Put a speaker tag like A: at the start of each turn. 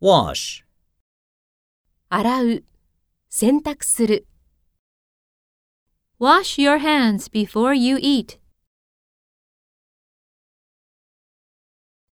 A: wash,
B: 洗う、洗濯する。Wash your hands before you eat.